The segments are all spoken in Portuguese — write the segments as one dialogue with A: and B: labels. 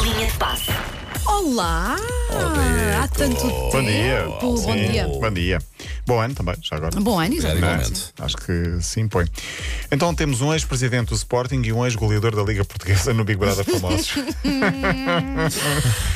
A: Linha de passe.
B: Olá! Há tanto tempo!
C: Bom dia.
B: Bom
C: Sim,
B: dia!
C: Bom dia. Bom ano também, já agora. Né?
B: Bom ano,
D: Obrigado,
B: exatamente.
D: igualmente.
C: Acho que se impõe. Então temos um ex-presidente do Sporting e um ex-goleador da Liga Portuguesa no Big Brother Famosos.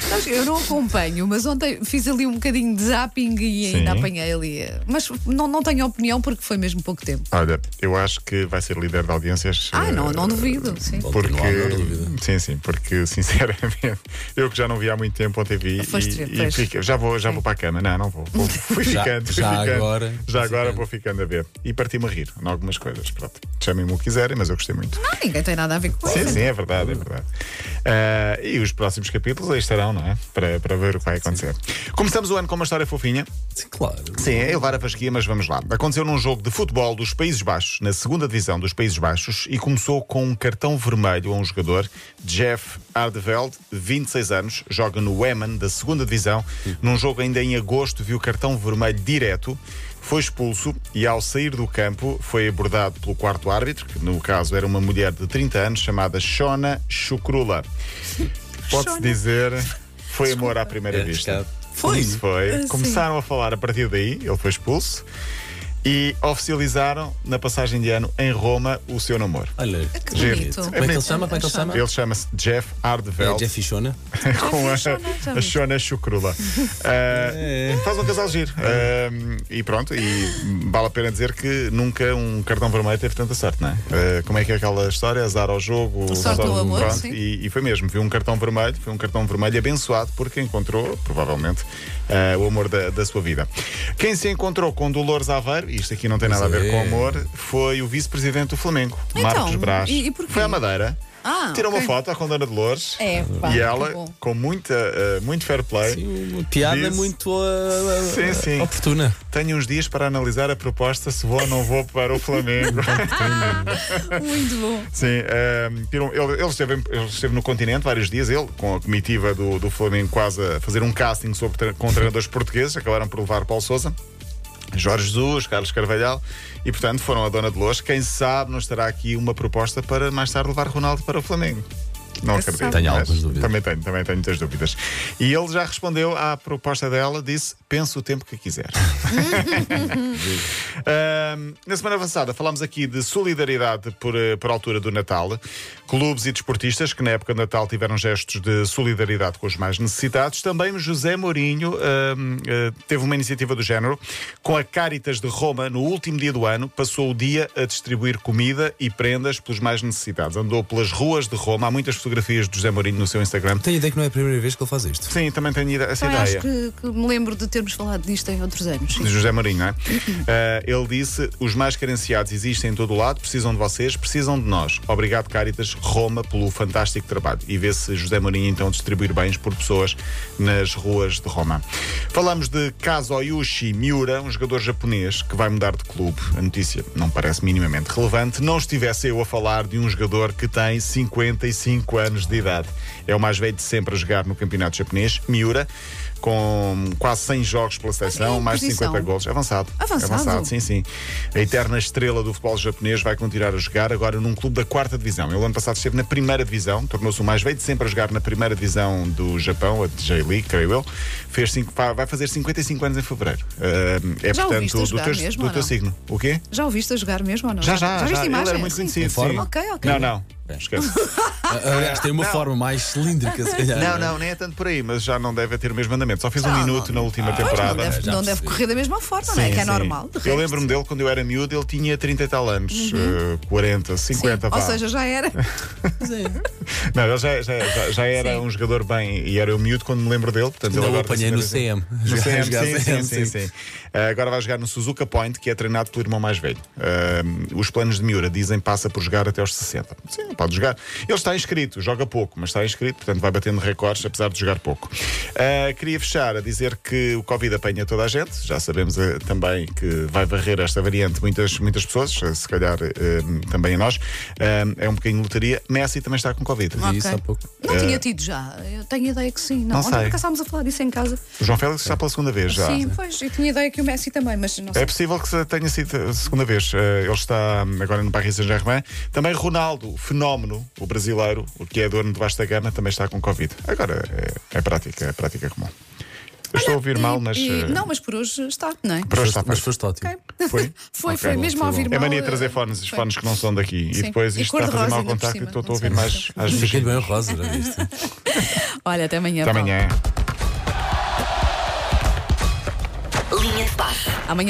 B: Sabes, Eu não acompanho, mas ontem fiz ali um bocadinho de zapping e ainda apanhei ali. Mas não, não tenho opinião porque foi mesmo pouco tempo.
C: Olha, eu acho que vai ser líder de audiências.
B: Ah,
C: eh,
B: não, não duvido, sim.
C: Porque,
D: Continuar, não há dúvida.
C: sim, sim, porque sinceramente, eu que já não vi há muito tempo ontem vi
B: Foste ver,
C: e, e
B: pois.
C: fiquei- já vou, já vou para a cama, não, não vou, vou fui
D: Já-
C: ficando, fui
D: já
C: ficando,
D: agora,
C: já
D: fui
C: agora
D: ficando.
C: vou ficando a ver e parti-me a rir em algumas coisas, pronto, chamem-me o que quiserem, mas eu gostei muito.
B: Ah, ninguém tem nada a ver com
C: Sim,
B: isso.
C: sim, é verdade, é verdade. Ah, e os próximos capítulos aí estarão, não é? Para, para ver o que vai acontecer. Começamos o ano com uma história fofinha.
D: Sim, claro.
C: Sim, é elevar a fasquia, mas vamos lá. Aconteceu num jogo de futebol dos Países Baixos, na segunda divisão dos Países Baixos, e começou com um cartão vermelho a um jogador, Jeff Ardeveld, 26 anos, joga no Weman, da segunda divisão. Num jogo ainda em agosto, viu cartão vermelho direto, foi expulso e, ao sair do campo, foi abordado pelo quarto árbitro, que no caso era uma mulher de 30 anos, chamada Shona Chukrula. Pode-se
B: Shona.
C: dizer, foi amor à primeira
D: É
C: vista.
D: arriscado.
C: Foi. Isso foi.
B: Ah, sim.
C: Começaram a falar a partir daí, ele foi expulso. E oficializaram, na passagem de ano, em Roma, o seu namoro.
D: Olha,
B: que
D: giro.
B: bonito.
D: Como é que ele se chama? Como é que ele se chama?
C: Ele chama-se Jeff
D: É
C: Ardveld,
D: Jeff e Shona.
C: com a,
B: a Shona, já
C: a
B: vi.
C: Shona Chukrula. Ah, Faz um casal giro. Ah, e pronto, e vale a pena dizer que nunca um cartão vermelho teve tanta sorte, não é? Ah, como é que é aquela história? Azar ao jogo,
B: Sorte
C: azar-
B: ao amor,
C: pronto,
B: sim.
C: e, e foi mesmo, viu um cartão vermelho, foi um cartão vermelho abençoado porque encontrou, provavelmente, eh, o amor da, da sua vida. Quem se encontrou com Dolores Aveiro, isto aqui não tem nada a ver
D: é.
C: com o amor, foi o vice-presidente do Flamengo,
B: Então,
C: Marcos Braz.
B: e- e porquê?
C: foi à Madeira.
B: Ah,
C: tirou
B: ok.
C: uma foto com a Dona Dolores
B: É, pá,
C: e
B: que
C: ela,
B: bom.
C: com muita, eh, muito fair play,
D: Sim, uma piada
C: Disse-
D: muito ah,
C: Sim,
D: ah,
C: sim.
D: oportuna.
C: tenho uns dias para analisar a proposta se vou ou não vou para o Flamengo.
B: Muito bom.
C: Sim, ehm, tiram- ele, ele esteve, em- ele esteve no continente vários dias, ele, com a comitiva do, do Flamengo, quase a fazer um casting sobre, tre- com treinadores portugueses, acabaram por levar Paulo Souza. Jorge Jesus, Carlos Carvalhal e, portanto, foram a Dona Dolores. Quem sabe não estará aqui uma proposta para mais tarde levar Ronaldo para o Flamengo. Não
B: Quem
C: acredito.
B: sabe?
D: Tenho
C: mas
D: algumas dúvidas.
C: Também tenho, também tenho muitas dúvidas. E ele já respondeu à proposta dela, disse: pense o tempo que quiser. Ahm, na semana passada falámos aqui de solidariedade por, eh, por altura do Natal. Clubes e desportistas que na época do Natal tiveram gestos de solidariedade com os mais necessitados. Também José Mourinho ahm, eh, teve uma iniciativa do género. Com a Caritas de Roma, no último dia do ano, passou o dia a distribuir comida e prendas pelos mais necessitados. Andou pelas ruas de Roma. Há muitas fotografias de José Mourinho no seu Instagram.
D: Tenho ideia que não é a primeira vez que ele faz isto.
C: Sim, também tenho ide- essa
B: Também
C: ideia.
B: Então, acho que, que me lembro de termos falado disto em outros anos.
C: de José Mourinho, não é? Ah, ele disse: os mais carenciados existem em todo o lado, precisam de vocês, precisam de nós. Obrigado, Caritas Roma, pelo fantástico trabalho. E vê-se José Mourinho então distribuir bens por pessoas nas ruas de Roma. Falamos de Kazoyushi Miura, um jogador japonês que vai mudar de clube. A notícia não parece minimamente relevante. Não estivesse eu a falar de um jogador que tem 55 anos de idade. É o mais velho de sempre a jogar no campeonato japonês, Miura, com quase 100 jogos pela seleção,
B: em
C: mais de
B: posição?
C: 50 gols golos. Avançado.
B: Avançado?
C: sim, sim. A eterna estrela do futebol japonês vai continuar a jogar agora num clube da quarta divisão. Ele ano passado esteve na primeira divisão, tornou-se o mais velho de sempre a jogar na primeira divisão do Japão, a J-League, creio eu. Fez cinco, fa- vai fazer 55 anos em fevereiro. Ahm, é,
B: Já o
C: portanto,
B: viste a
C: do,
B: jogar
C: teu,
B: mesmo,
C: do
B: ou
C: teu
B: não?
C: signo. O quê?
B: Já o viste a jogar mesmo ou não?
C: Já, já,
B: Já
C: já.
B: viste
C: ele
B: imagens?
C: era muito conhecido.
D: Em forma?
C: sim.
B: Ok, ok.
C: Não, não.
D: Bem.
C: Esquece.
D: Ah, Aliás, tem uma forma mais cilíndrica, se calhar.
C: Não, não, nem é tanto por aí, mas já não deve ter o mesmo andamento. Só fez um
B: Não,
C: minuto
B: não.
C: na última
B: Ah, Pois,
C: temporada.
B: não deve,
D: já
B: não deve
D: percebi.
B: correr da mesma forma, não é?
C: Sim,
B: Que é
C: sim.
B: normal. de
C: Eu
B: resto. Uhum.
C: lembro-me dele quando eu era miúdo, ele tinha 30 e tal anos, eh, 40,
B: Sim,
C: 50, vá.
B: Ou seja, já era.
D: Mas é.
C: Não, ele já, já- já- já era um jogador bem e era eu miúdo quando me lembro dele. Portanto, ele
D: Não o
C: agora
D: apanhei
C: tem
D: no
C: 50.
D: CM.
C: No
D: Jogar-
C: CM,
D: jogar
C: sim, sim,
D: CM,
C: sim,
D: sim.
C: sim. Ah, agora vai jogar no Suzuka Point, que é treinado pelo irmão mais velho. Ah, os planos de Miura dizem passa por jogar até aos 60. Sim, pode jogar. Ele está inscrito, joga pouco, mas está inscrito, portanto vai batendo recordes, apesar de jogar pouco. Ah, queria fechar a dizer que o Covid apanha toda a gente. Já sabemos eh, também que vai varrer esta variante muitas, muitas pessoas, eh, se calhar eh, também a nós. Ah, é um bocadinho de loteria. Messi também está com Covid.
B: Ok.
D: Isso há pouco.
B: Não tinha tido já. Eu tenho ideia que sim. Não,
C: É. Não
B: Ontem
C: sei.
B: nunca estávamos a falar disso em casa.
C: O João Félix está pela segunda vez já.
B: Sim, pois. Eu tinha ideia que o Messi também, mas não sei.
C: É possível que se tenha sido a segunda vez. Eh, Ele está hum, agora no Paris Saint-Germain. Também Ronaldo, fenómeno. fenómeno, o brasileiro, o que é dono de vasta gama, também está com Covid. Agora é, é prática, é prática comum. Eu estou a ouvir
B: E-
C: mal, mas.
B: e-
C: eh,
B: não, mas por hoje está, não é?
C: Para hoje está
D: Mas
C: feito.
D: foste ótimo.
C: Foi?
B: Foi,
C: Ok,
B: foi
C: bom,
B: mesmo
D: foi
B: a ouvir
C: É
B: mal.
C: mania de trazer
B: eh,
C: fones,
B: foi.
C: fones que não são daqui. E
B: Sim.
C: depois
B: E
C: isto está a fazer
B: cor-de-rosa
C: mau
B: ainda por
C: contacto e
B: cima,
C: estou estou a
B: não
C: ouvir
B: sei.
C: mais às
D: Fiquei
C: vezes.
D: bem rosa, era isto.
B: Olha, até amanhã.
C: Até
B: Paulo.
C: amanhã.
A: Linha de passe.
B: Amanhã